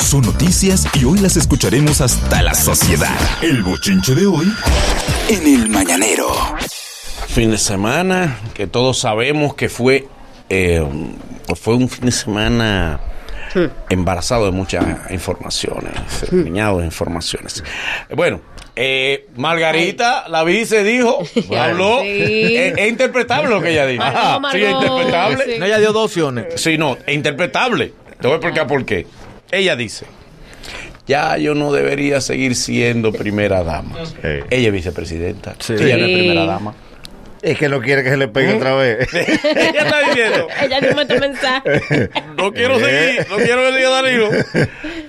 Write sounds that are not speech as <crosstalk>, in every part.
Son noticias y hoy las escucharemos hasta la sociedad. El bochinche de hoy en el mañanero. Fin de semana, que todos sabemos que fue, eh, fue un fin de semana embarazado de muchas informaciones, niñado de informaciones. Bueno, eh, Margarita, la vice dijo, habló, Sí. es, es interpretable lo que ella dijo. Margot, Ajá, sí, es Margot, interpretable. sí. No, ella dio dos opciones. Sí, no, es interpretable. Te voy a explicar por qué. Ella dice, ya yo no debería seguir siendo primera dama. Ella es vicepresidenta. Sí. Ella no es Sí. primera dama. Es que no quiere que se le pegue otra vez. ella <laughs> está diciendo, <laughs> Ella misma este mensaje. no Eh. quiero seguir, no quiero que siga Danilo,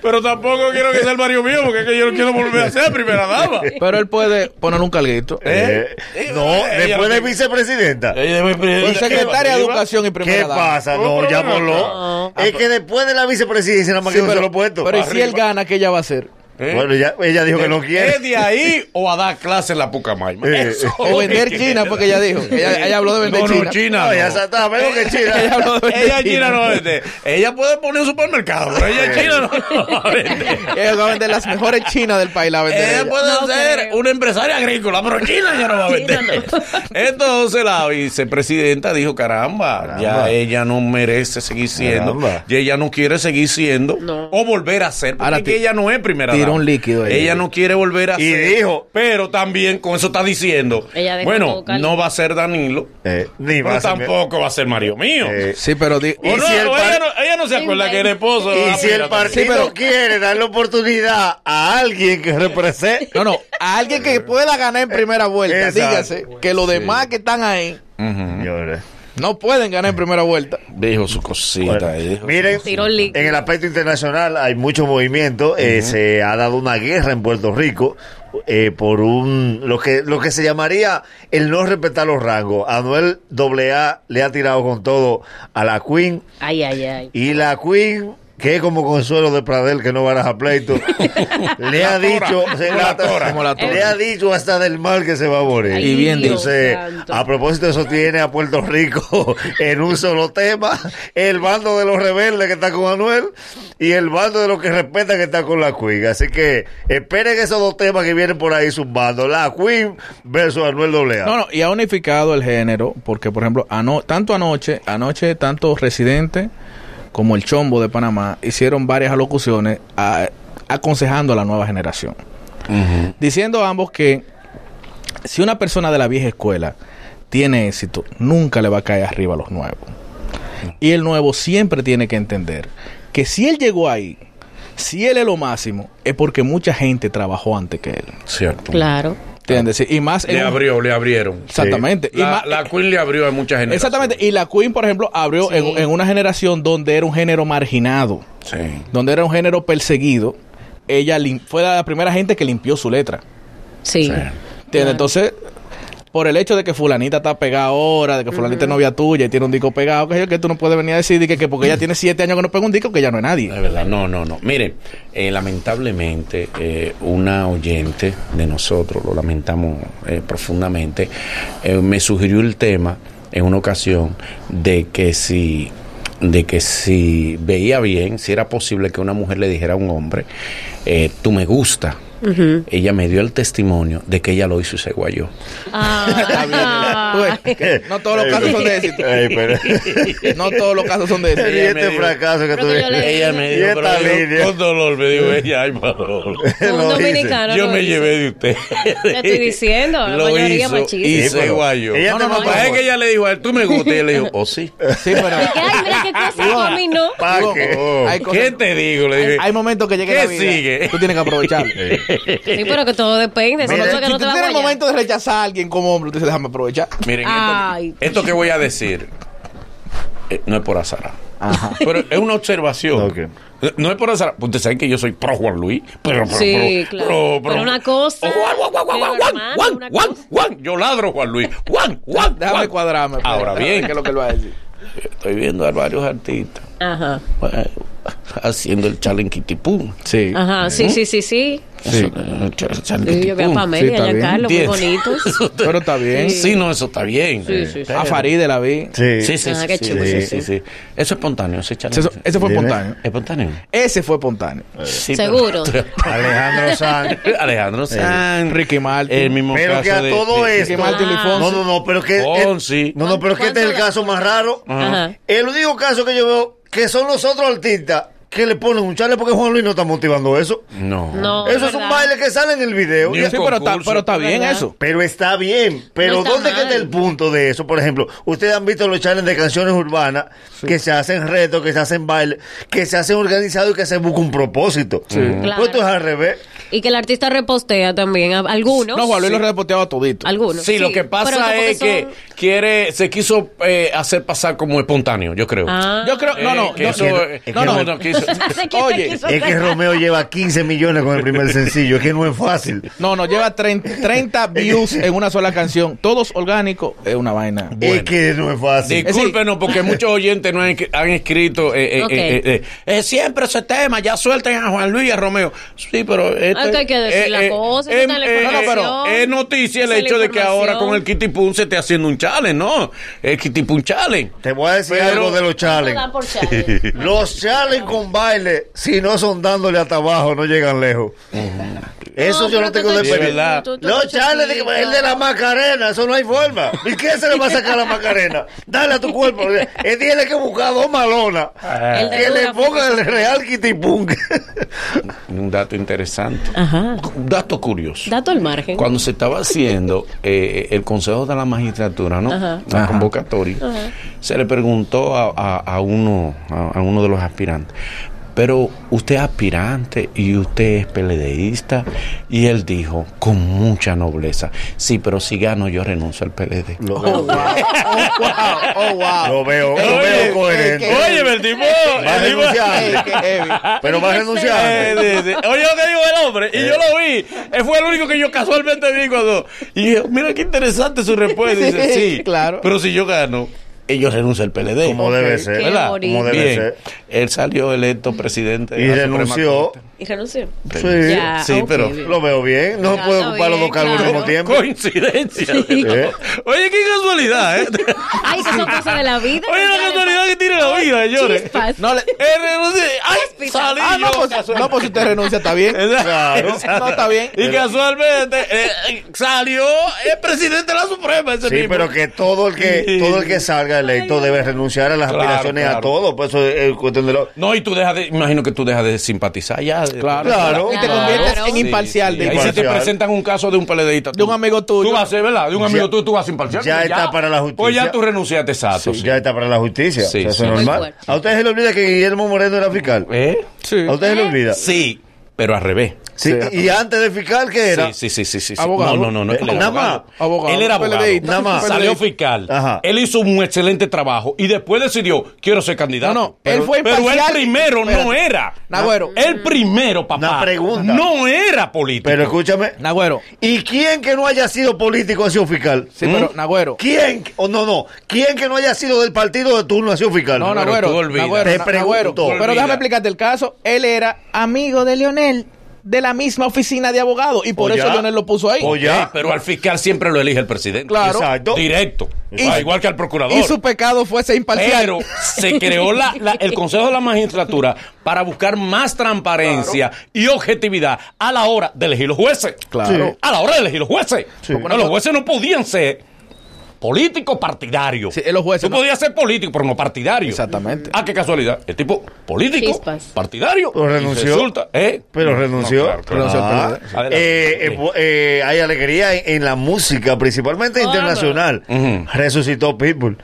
pero tampoco quiero que sea el Mario mío, porque es que yo no quiero volver a ser primera dama. Pero él puede poner un carguito. ¿Eh? Eh, no, Ella lo después de que- vicepresidenta. Ella es Y vicepresidenta. pues, secretaria de Educación y ¿Qué primera dama. pasa? No, No, ya pero- voló. Es que después de la vicepresidencia, nada más Sí, que no se pero, lo he puesto. Ah, pero ¿y si él Arriba. gana, ¿qué ella va a hacer? ¿Eh? Bueno, ya- ella dijo que no ¿Es quiere. de ahí o a dar clase en la Pucamayma? Eh. Eso es O lo que <laughs> vender quiere. China, porque ella dijo. Ella, ella habló de vender Oh, No, no, China. China No, no. ya <laughs> está, menos que Ella China. habló de vender Ella en China no vende. Ella puede poner un supermercado, pero ella en Eh. China no, no vende. Ella va a vender las mejores chinas del país, la va a vender Eh, Ella ella. puede No ser creo. una empresaria agrícola, pero China ya no va a vender. China no. <laughs> Entonces la vicepresidenta dijo, caramba, ya Caramba. ella no merece seguir siendo, Caramba. y ella no quiere seguir siendo, No. o volver a ser, porque Ahora es que ti- ella no es primera tiró dama. un líquido ahí. Ella no quiere volver a Y ser. dijo- Pero también con eso está diciendo, Ella dejó bueno, provocar. no va a ser Danilo, Eh, Ni pero más. tampoco va a ser Mario mío. Eh, Sí, pero di- O Y no, si el o par- ella, no, ella no se acuerda que el esposo. Y la si el mira también. partido Sí, pero- quiere darle oportunidad a alguien que represente. No, no, a alguien que pueda ganar en primera vuelta, Exacto. dígase que los demás que están ahí Señores. no pueden ganar en primera vuelta. Dijo su cosita. Bueno, ahí, dijo miren, Tiro líquido. en el aspecto internacional hay mucho movimiento. eh, se ha dado una guerra en Puerto Rico eh, por un lo que lo que se llamaría el no respetar los rangos. Anuel AA le ha tirado con todo a la Queen Ay, ay, ay. y la Queen que es como consuelo de Pradel que no baraja <laughs> pleito le ha dicho tora, se como la tora. Como la le tora. ha dicho hasta del mal que se va a morir Ay, bien Dios entonces, santo. a propósito, eso tiene a Puerto Rico <laughs> en un solo tema. El bando de los rebeldes que está con Anuel y el bando de los que respetan que está con la Queen. Así que esperen esos dos temas que vienen por ahí zumbando. La Queen versus Anuel Doblea. No, no, y ha unificado el género, porque por ejemplo, ano- tanto anoche, anoche tanto Residente como el Chombo de Panamá hicieron varias alocuciones a- aconsejando a la nueva generación. Diciendo ambos que si una persona de la vieja escuela tiene éxito, nunca le va a caer arriba a los nuevos. Y el nuevo siempre tiene que entender que si él llegó ahí, si él es lo máximo, es porque mucha gente trabajó antes que él. Cierto. Claro. ¿Entiendes? Y más en Le un- abrió, le abrieron. Exactamente. Y La, más- la Queen le abrió a mucha gente. Exactamente. Y la Queen, por ejemplo, abrió Sí. en, en una generación donde era un género marginado, Sí. donde era un género perseguido. Ella lim- fue la primera gente que limpió su letra. Sí. ¿Entiendes? Entonces, por el hecho de que fulanita está pegada ahora, de que fulanita es novia tuya y tiene un disco pegado, que, que tú no puedes venir a decir que, que porque ella tiene siete años que no pega un disco, que ella no es nadie. Es verdad, no, no, no. Mire, eh, lamentablemente, eh, una oyente de nosotros, lo lamentamos eh, profundamente, eh, me sugirió el tema en una ocasión de que si de que si veía bien, si era posible que una mujer le dijera a un hombre, eh, tú me gusta. Ella me dio el testimonio de que ella lo hizo y se guayó. Tú Ah, ves, que no todos los casos son de éxito. Ey, pero- <laughs> <laughs> No todos los casos son de éxito. y Ella me este dijo- fracaso que Creo tú que <laughs> yo le- Ella me ¿Y dijo, esta pero yo línea? con dolor, me dijo ella, ay, Manolo. un Lo hice. dominicano. yo lo me hizo. llevé de <laughs> usted. Te estoy diciendo, la lo mayoría hizo machista. y Sí, se pero guayó. Pues ella te mandó es amor. que ella le dijo a él, tú me gustas, y él le dijo, oh <laughs> sí. Sí, pero Y que, ay, mira qué cosa tú a mí no. Ah, Pa' que- hay, cosas- ¿Qué te digo? Le dije, hay momentos que llega ¿Qué la vida. sigue? Tú tienes que aprovecharlo. Sí, pero que todo depende. Si No, no, no, que si no tú te va a tienes el guayar. momento de rechazar a alguien como hombre, usted dice, déjame aprovechar. <laughs> miren, Ay. pues esto, esto que voy a decir eh, no es por azar. Pero es una observación. Ok. No- No es por azar. Ustedes saben que yo soy pro Juan Luis. Pero, pero, Sí, pero, claro. Pero, Pero una cosa, Oh, Juan, Juan, Juan, Juan, pero Juan, hermano, Juan, una Juan, cosa. Juan. Yo ladro, Juan Luis. Juan, Juan. Déjame Juan. cuadrarme. espérate, Ahora déjame ver bien, ¿Qué es lo que él va a decir? estoy viendo a varios artistas. Ajá. Bueno, haciendo el challenge Kitipum. Sí. Ajá, sí, sí, sí, sí. Sí. Eso, eh, ch- challenge Sí, Yo vi a Kitipum. Pamela Sí, y está a bien. Giancarlo, muy Entiendo. bonitos. Pero está bien. Sí, no, eso está bien. Sí, sí, sí. A Faride la vi. Sí. Sí, sí, Ah, sí, qué sí, chulo. sí, Sí. sí, sí. Eso es espontáneo, ese challenge. Ese, ese fue Dime. espontáneo. ¿Espontáneo? Ese fue espontáneo. Sí, Seguro. pero- <laughs> Alejandro Sanz. Alejandro Sanz, Ricky Martin. El mismo Pero caso que a de- todo de- esto. que Martin Ah. Luis Fonsi. No, no, no, pero que. Fonsi. No, no, pero que este es el caso más raro. Ajá. El único caso que yo veo que son los otros artistas que le ponen un chale porque Juan Luis no está motivando eso. No. No, eso es un ¿verdad? baile que sale en el video. Ni Y- un Sí, pero está, concurso. pero está bien ¿Verdad? eso. Pero está bien. Pero No está ¿dónde mal. queda el punto de eso? Por ejemplo, ustedes han visto los challenges de canciones urbanas que se hacen retos, que se hacen bailes, que se hacen organizados y que se busca un propósito. Claro. Pues esto es al revés. Y que el artista repostea también. a- Algunos. No, Juan Luis lo repoteaba todito. Algunos. Sí, lo que pero pasa como es que son- quiere, se quiso eh, hacer pasar como espontáneo, yo creo. Ah. <laughs> <laughs> Yo creo, no, no, Eh, que no, eso- eh, es no, que no, no- no quiso. Oye, Es que Romeo lleva 15 millones con el primer sencillo. Es que no es fácil. no, no, lleva 30, 30 views en una sola canción, todos orgánicos, es una vaina. Es que no es fácil. Discúlpenos porque muchos oyentes no han, han escrito eh, eh, Ok. eh, eh, eh, eh, siempre ese tema, ya suelten a Juan Luis y a Romeo. Sí, pero este, eh, esto Ah, que hay que decir la cosa, eso está en no, la no, pero información, es noticia el esa es la hecho de que ahora información. con el Kitty Pum se esté haciendo un challenge, ¿no? El Kitty Pum challenge. Te voy a decir Pero- algo de los No <laughs> dan por challenges. challenge. Los challenges con baile, si no son dándole hasta abajo, no llegan lejos. Eso yo pero no tú tengo te- de Sí, experiencia. verdad. tú- tú- Los tú- chales de, el de la Macarena, eso no hay forma. ¿Y qué se le va a sacar a la Macarena? Dale a tu cuerpo. Él tiene que buscar dos malonas. Ah. El de Que le Dura, pongan el Real Kitipunk. Un dato interesante. Ajá. Un dato curioso. Dato al margen. Cuando se estaba haciendo eh, el Consejo de la Magistratura, ¿no? Ajá. La Ajá. convocatoria, se le preguntó a, a- a uno, a, a uno de los aspirantes, pero usted es aspirante y usted es PLDista, y él dijo con mucha nobleza, sí, pero si gano yo renuncio al PLD. Lo veo. Oh, wow. Lo veo, lo veo coherente. el tipo, Va a el tipo- renunciar. Pero va a Eh, renunciar. sí, sí. Oye lo que dijo el hombre, y yo lo vi. Eh, Fue el único que yo casualmente vi cuando. Y yo, mira qué interesante su respuesta. Y dice, sí, claro. Pero si yo gano, ellos renuncian al PLD. Como debe Qué ser. bonito. Como debe Bien. ser. Él salió electo presidente. de Y la Suprema renunció. Corte. Y renunció. Sí. Ya, sí, ok, pero bien. Lo veo bien. No Ya, puede está ocupar los bien, dos cargos al claro. mismo tiempo. Coincidencia. ¿no? ¿Eh? Oye, qué casualidad, ¿eh? Ay, que son cosas de la vida. Oye, la casualidad que tiene la vida, señores. Chispas. No, le- Él renunció. ¡Ay! Hospital. Salí ah, no, yo. pues, no, pues si usted renuncia, <laughs> está bien. Exacto. Claro. Exacto. <laughs> No, está bien. Y casualmente eh, eh, salió el presidente de la Suprema. Ese Sí, mismo. pero que todo el que Sí. todo el que salga electo debe renunciar a las Claro, aspiraciones a claro. todo, pues eso es cuestión de lo No, y tú dejas de. Imagino que tú dejas de simpatizar ya. de- Claro. Y te Claro. conviertes en Sí, imparcial. Y de- ahí si te Imparcial. presentan un caso de un peledeísta. De un amigo tuyo. Tú vas a ser, ¿verdad? De un amigo Ya- tuyo, tú vas a imparcial. ya está para la justicia. Pues ya tú renunciaste, exacto. sí. ya está para la justicia, Sí, o sea, eso sí. es Muy normal. fuerte. A ustedes se les olvida que Guillermo Moreno era fiscal. ¿Eh? Sí. A ustedes se les olvida. Sí, pero al revés. Sí, y antes de fiscal qué era? Sí, sí, sí, sí, sí, sí. Abogado. No, no, no. no, él era Nada abogado. más. Abogado. Él era abogado. Peledeísta. Nada más. Salió Peledeísta. fiscal. Ajá. Él hizo un excelente trabajo Oh, y después decidió, quiero ser candidato. No, no, él fue Pero el imparcial. primero no Espérate. era. Nagüero. El primero, papá. Una pregunta. No era político. Pero escúchame, Nagüero. ¿y quién que no haya sido político ha sido fiscal? ¿Mm? Sí, ¿Mm? pero Nagüero. ¿Quién? O no, no, ¿quién que no haya sido del partido de turno ha sido fiscal? No, Nagüero, Nagüero. tú olvidas. Nagüero, Te Na- pregunto. Nagüero. Tú Pero olvidas. déjame explicarte el caso. Él era amigo de Leonel, de la misma oficina de abogados, y por O eso ya. Leonel lo puso ahí. Eh, O ya. Ok, pero al fiscal siempre lo elige el presidente. Claro. Exacto. Directo. Y- Ah, igual que al procurador. Y su pecado fue ser imparcial. Pero se creó la- la- <laughs> el Consejo de la Magistratura para buscar más transparencia y objetividad a la hora de elegir los jueces. Claro. Sí. A la hora de elegir los jueces. No, los jueces no podían ser políticos partidarios. Sí, los jueces Tú no. podías ser político, pero no partidario. Exactamente. Ah, qué casualidad. El tipo político, Chispas. partidario. Pero renunció. y Resulta, ¿eh? Pero No, renunció. claro, claro. Renunció al Ah. PLD. Adelante. Eh, eh, bu- eh, hay alegría en, en la música, Ah, principalmente internacional. Ujú. Resucitó Pitbull.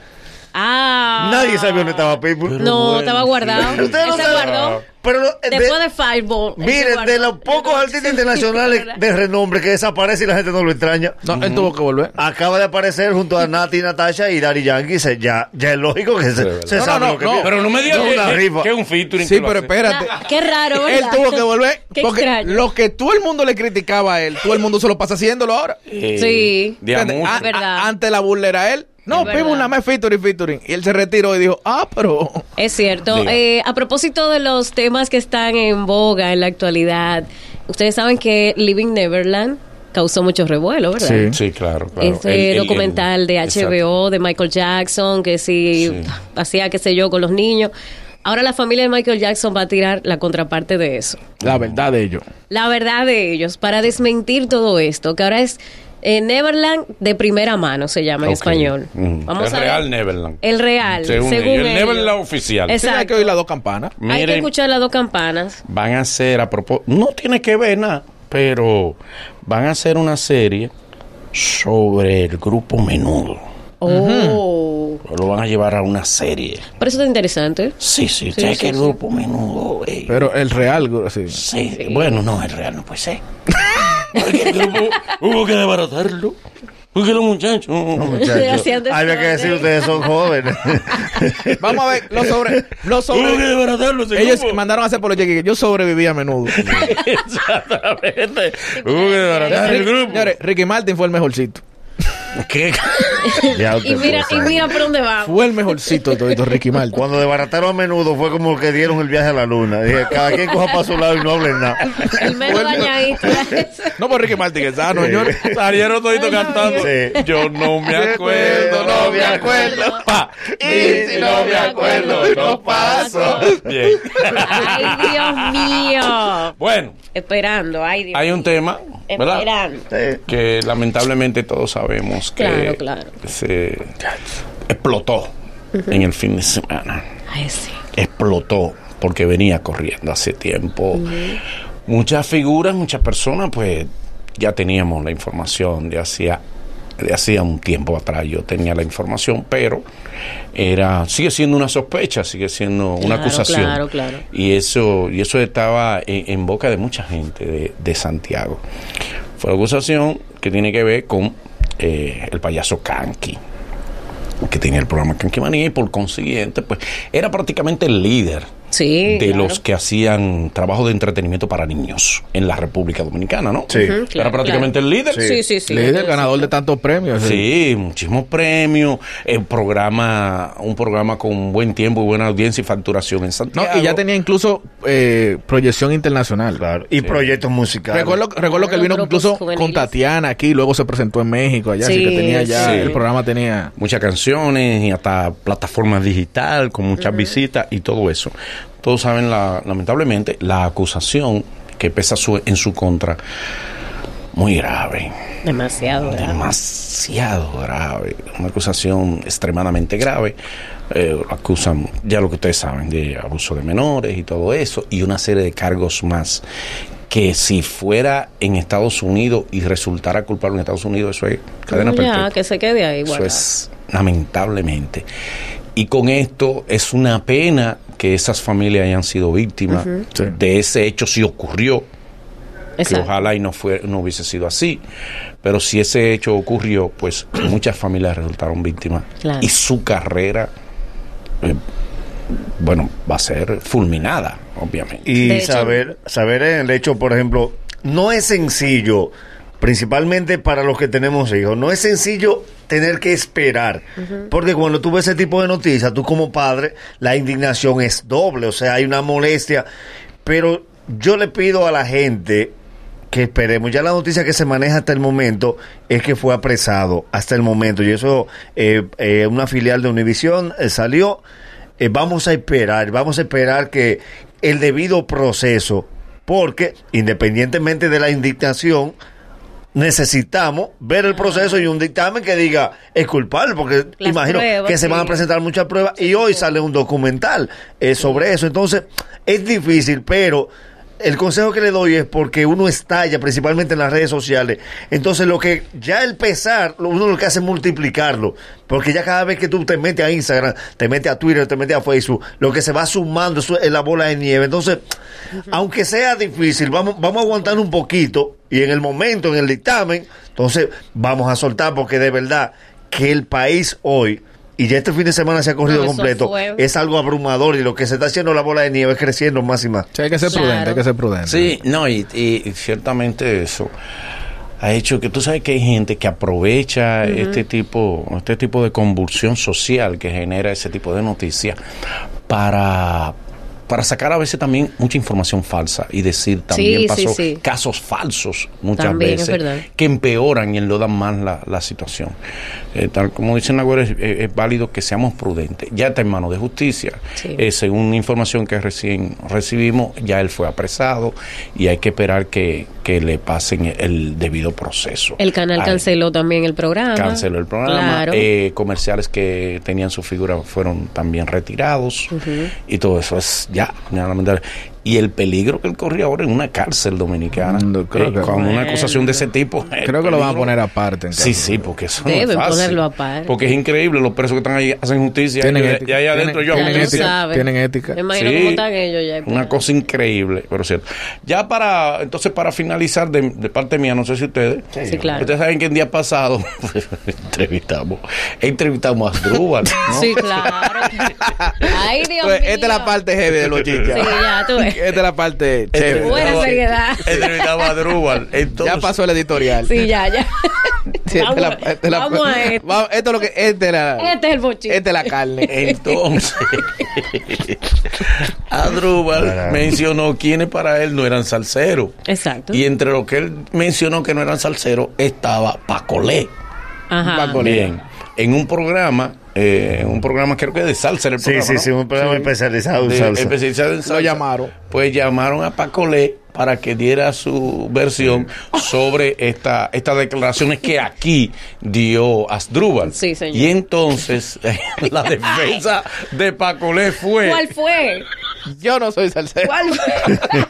Ah. Nadie sabía dónde estaba Pitbull. No, bueno, estaba guardado. Ustedes Él no se saben. guardó. Pero lo- de- Después de Fireball. él se miren, guardó. de los pocos artistas internacionales de renombre que desaparece y la gente no lo extraña. No, él tuvo que volver. Acaba de aparecer junto a Nati, Natasha y Daddy Yankee. Se- ya, ya es lógico que se, se No, sabe no, lo que no, viene. Pero no me digas Es que- una que- rifa. que es un featuring. Sí, que lo pero hace. espérate. Ah, Qué raro, ¿verdad? Él tuvo que volver. <laughs> Qué porque extraño. lo que todo el mundo le criticaba a él, todo el mundo se lo pasa haciéndolo ahora. Eh, Sí. de Ante ah, amor. verdad. antes la burla era él. No, Es Pibu verdad. nada más featuring, featuring. Y él se retiró y dijo, ah, pero... Es cierto. Diga. Eh, a propósito de los temas que están en boga en la actualidad, ustedes saben que Living Neverland causó mucho revuelo, ¿verdad? Sí. Sí, claro, claro. Ese El- el- Este documental el- de exacto. HBO de Michael Jackson, que si Sí. hacía qué sé yo con los niños. Ahora la familia de Michael Jackson va a tirar la contraparte de eso. La verdad de ello. La verdad de ellos, para desmentir todo esto, que ahora es eh, Neverland de primera mano, se llama en Ok. español. Mm. el a ver. real Neverland. El real, según, según ellos. El ellos. Neverland oficial. Exacto. Tiene que oír las dos campanas. Hay que Miren, escuchar las dos campanas. van a hacer a propósito, no tiene que ver nada, pero van a hacer una serie sobre el grupo Menudo. Oh. Lo van a llevar a una serie. Pero eso está interesante. Sí, sí, usted es que el grupo Menudo. eh, Pero el real, sí. sí, bueno, no, el real no puede ser. Porque el grupo hubo que desbaratarlo. Porque los muchachos. <laughs> Haciendo Había que story. decir, ustedes son jóvenes. <laughs> Vamos a ver, los sobre... Los Hubo que sobre... desbaratarlo. ese Ellos grupo. mandaron a hacer por los cheques. Yo sobreviví a menudo. Exactamente. Hubo que desbaratar el grupo. Señores, Ricky Martin fue el mejorcito. ¿Qué? Ya Y ustedes mira, y saben. mira por dónde va. Fue el mejorcito de todos, Ricky Martin. Cuando desbarataron a menudo fue como que dieron el viaje a la luna. Dije, cada quien coja para su lado y no hablen <laughs> nada. El menos dañadito. No, pero Ricky Martin es sano, señor. Salieron toditos cantando. Sí. Yo no me acuerdo, no <laughs> me acuerdo. Pa. Y si no me acuerdo, no paso. Bien. Ay, Dios mío. Bueno, Esperando, ay, Dios. hay un tema, Eh, ¿verdad? Esperando. Sí. Que lamentablemente todos sabemos que Claro, claro. se explotó en el fin de semana. Ay, sí. explotó porque venía corriendo hace tiempo. Muchas figuras, muchas personas, pues ya teníamos la información de hacía de hacía un tiempo atrás yo tenía la información, pero era sigue siendo una sospecha, sigue siendo una Claro, acusación. claro, claro. Y eso y eso estaba en, en boca de mucha gente de, de Santiago. Fue una acusación que tiene que ver con eh, el payaso Kanki que tenía el programa Kanki Manía y por consiguiente, pues era prácticamente el líder Sí. de claro. los que hacían trabajo de entretenimiento para niños en la República Dominicana, ¿no? Sí. Ujú, claro, era prácticamente el líder. Sí, sí, sí. Le es el ganador de tantos premios. Sí, muchísimos premios, el programa, un programa con buen tiempo y buena audiencia y facturación en No, Santiago. y ya tenía incluso eh, proyección internacional. Claro. Y proyectos musicales. Recuerdo, recuerdo que él vino Los grupos incluso con juveniles. Tatiana aquí, luego se presentó en México allá, así Sí, que tenía ya, sí. el programa tenía... muchas canciones y hasta plataformas digital con muchas visitas y todo eso. Todos saben, la, lamentablemente, la acusación que pesa su- en su contra, muy grave, Demasiado, ¿verdad? demasiado grave, una acusación extremadamente grave. Eh, lo acusan, ya lo que ustedes saben, de abuso de menores y todo eso, y una serie de cargos más que si fuera en Estados Unidos y resultara culpable en Estados Unidos, eso es cadena perpetua. Ya, que se quede ahí, guardado. Eso es lamentablemente. Y con esto es una pena que esas familias hayan sido víctimas Sí. de ese hecho si ocurrió. Que Exacto. ojalá y no fue, no hubiese sido así. Pero si ese hecho ocurrió, pues muchas familias resultaron víctimas. Claro. Y su carrera, eh, bueno, va a ser fulminada, obviamente. Y De hecho- saber, saber el hecho, por ejemplo, no es sencillo, principalmente para los que tenemos hijos, no es sencillo tener que esperar, porque cuando tú ves ese tipo de noticias, tú como padre, la indignación es doble, o sea, hay una molestia, pero yo le pido a la gente que esperemos. Ya la noticia que se maneja hasta el momento es que fue apresado hasta el momento. Y eso, eh, eh, una filial de Univisión eh, salió. Eh, vamos a esperar, vamos a esperar que el debido proceso, porque independientemente de la indignación, necesitamos ver el proceso y un dictamen que diga es culpable, porque Ah. Las imagino pruebas, que se van a sí. presentar muchas pruebas y hoy sale un documental eh, sobre eso. Entonces, es difícil, pero el consejo que le doy es porque uno estalla principalmente en las redes sociales. Entonces, lo que ya el pesar, lo- uno lo que hace es multiplicarlo, porque ya cada vez que tú te metes a Instagram, te metes a Twitter, te metes a Facebook, lo que se va sumando eso es la bola de nieve. Entonces, aunque sea difícil, vamos, vamos a aguantar un poquito y en el momento, en el dictamen, entonces vamos a soltar porque de verdad que el país hoy, y ya este fin de semana se ha corrido No, eso completo, fue- es algo abrumador y lo que se está haciendo la bola de nieve es creciendo más y más. Sí, hay que ser Claro. prudente, hay que ser prudente. Sí, no, y, y- y ciertamente eso. ha hecho que tú sabes que hay gente que aprovecha este tipo este tipo de convulsión social que genera ese tipo de noticias para para sacar a veces también mucha información falsa y decir también Sí, sí, pasó sí. casos falsos muchas También es veces verdad. que empeoran y enlodan más la, la situación. Eh, tal como dicen ahora, es, eh, es válido que seamos prudentes. Ya está en manos de justicia. Sí. Eh, según información que recién recibimos, ya él fue apresado y hay que esperar que, que le pasen el debido proceso. El canal A él. canceló también el programa. Canceló el programa. Claro. Eh, comerciales que tenían su figura fueron también retirados. Ujú. Y todo eso es ya, ya lamentable. Y el peligro que él corría ahora en una cárcel dominicana. eh, Mm, yo creo que- con una acusación de ese tipo. <laughs> Creo que lo van a poner aparte. en Eh, Sí, caso. sí, porque eso no es Deben fácil. ponerlo aparte. Porque es increíble, los presos que están ahí hacen justicia. Tienen y, ética, y ahí adentro tienen- yo hago Ya tienen lo justicia. ética, saben. tienen ética. Me imagino Sí, cómo están ellos ya. Una cosa increíble, pero cierto. Ya para, entonces, para finalizar, de, de parte mía, no sé si ustedes. Sí, claro. Ustedes saben que el día pasado <laughs> entrevistamos, entrevistamos a Drúbal. ¿no? <laughs> Pues, Sí, claro. Ay, Dios Entonces, mío. Pues, esta es la parte <laughs> heavy de los chistes. Sí, ya, tú ves. Esta es la parte chévere. Buena Entrevistamos- seriedad. Entrevistamos a <laughs> Drúbal. Entonces, Ya pasó el editorial. Sí, ya, ya. Sí, esta vamos es la- esta es la- vamos <laughs> a esto. Vamos, esto es lo que. Este es, la, Este es el bochín. esta es <laughs> la carne. Entonces, <laughs> Adrúbal mencionó quienes para él no eran salseros. Exacto. Y entre los que él mencionó que no eran salseros estaba Pacolé. Ajá. Paco. Pacolé. Bien, en un programa, eh, en un programa creo que de salsa era el Sí, programa, sí, ¿no? sí, un programa especializado en De- salsa. especializado en salsa. llamaron. Pues llamaron a Pacolé para que diera su versión sobre esta estas declaraciones que aquí dio Asdrúbal. Sí, señor. Y entonces <laughs> la defensa de Pacolé fue <laughs> ¿Cuál fue? Yo no soy salsero. ¿Cuál fue?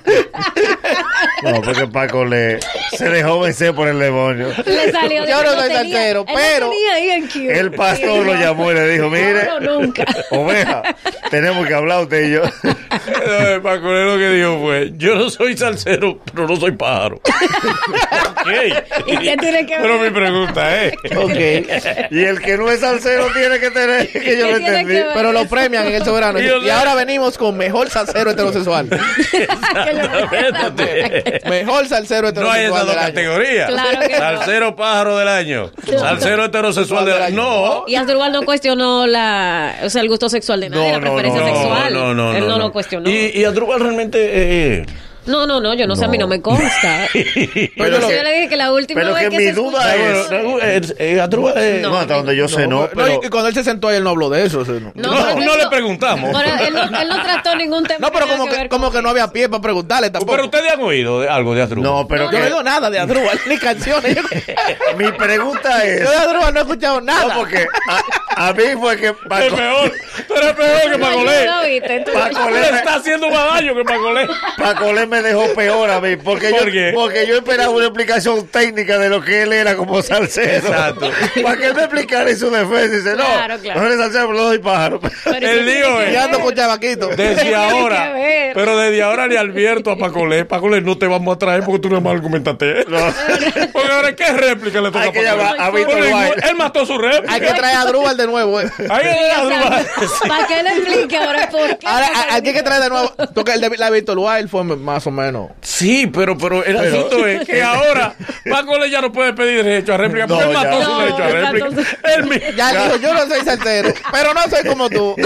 No, porque Paco le, se dejó vencer por el demonio. Le salió de Yo que no lo soy tenía- salsero, él lo pero- tenía ahí en Q. El pastor lo llamó y le dijo, mire, No, no, nunca. oveja, tenemos que hablar usted y yo. Eh, Pacolé lo que dijo fue, yo no soy salsero, pero no soy pájaro. <laughs> Ok. ¿Y qué tiene que Pero mi ver? pregunta es, Ok. Y el que no es salsero tiene que tener, que yo ¿Qué lo tiene entendí. que ver? Pero lo premian en el soberano. Dios Y ahora venimos con mejor salsero heterosexual. <laughs> Que lo- Exactamente. Mejor salsero No hay esas heterosexual. dos del año. categorías. Claro que no. Salsero pájaro del año. Salsero heterosexual del año. No. Y Asdrúbal no cuestionó la, o sea, el gusto sexual de nadie, No, la no, preferencia no, sexual. Él no, lo cuestionó. Y, y Adrúbal realmente. eh, eh, No, no, no, yo no, sé, a mí No. no me consta. pero Pero yo que- le dije que la última pero vez que que mi se duda escuchó- es- Adrúbal, eh, eh, Adrúbal, eh, No, hasta donde yo sé no, No, pero... y cuando él se sentó ahí, él no habló de eso. o sea, no. No, pero él no le preguntamos. Pero él, no, él no trató ningún tema. No, pero que tenga como que, ver como con- que no había pie para preguntarle tampoco. Pero ustedes han oído de- algo de Adrúbal. <laughs> No, pero yo que- no he oído nada de Adrúbal, <laughs> ni canciones. Yo, <laughs> mi pregunta es... yo de Adrúbal no he escuchado nada. No, porque a, a mí fue <laughs> que Tú eres Paco, peor. Tú eres peor que No, yo Pagolé. no, ¿viste? Tú- Paco Tú le, le estás haciendo más daño que Pagolé. Paco le me dejó peor a mí, porque, ¿Por yo, qué? porque yo esperaba una explicación técnica de lo que él era como salsero. Exacto. <laughs> Para que él me explicara en su defensa. Y dice, no, Claro, claro. no eres salsero, pero no soy pájaro. <laughs> <laughs> Pero el ¿qué lío tiene que es- ya ando ver? con Chavaquito. Desde tiene ahora. que ver? Pero desde ahora le advierto a Pacolé. Pacolé, no te vamos a traer porque tú no más argumentaste. Porque ahora, ¿qué réplica le toca Hay que a Pacolé? llamar a Víctor Porque White. Él mató su réplica. Hay que traer a Adrúbal de nuevo. eh. Hay que Ya traer a <laughs> sabes, Adrúbal. ¿Para qué le explique ahora por qué? Ahora a- hay que traer de nuevo. Porque el de la Víctor Wild fue más o menos. Sí, pero, pero el Pero- asunto es que ahora Pacolé ya no puede pedir derecho a réplica porque No, él mató ya. su No, derecho a él mató réplica. Él mismo. Ya dijo, yo no soy salsero, pero no soy como tú. <laughs>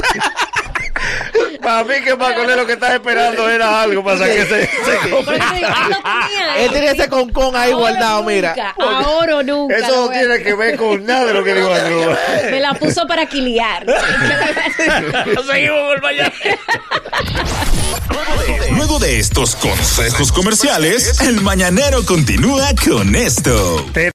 Para mí que Paco le lo que estás esperando era algo para que se, se Por eso digo, él lo tenía ahí. Él tiene ese concón ahí Ahora guardado, nunca, mira. Ahora o nunca. lo <laughs> Eso no voy a- tiene que ver con nada de lo que dijo Andrés. Me la puso para quiliar. <laughs> Seguimos con el Mañanero. Luego de estos consejos comerciales, el mañanero continúa con esto.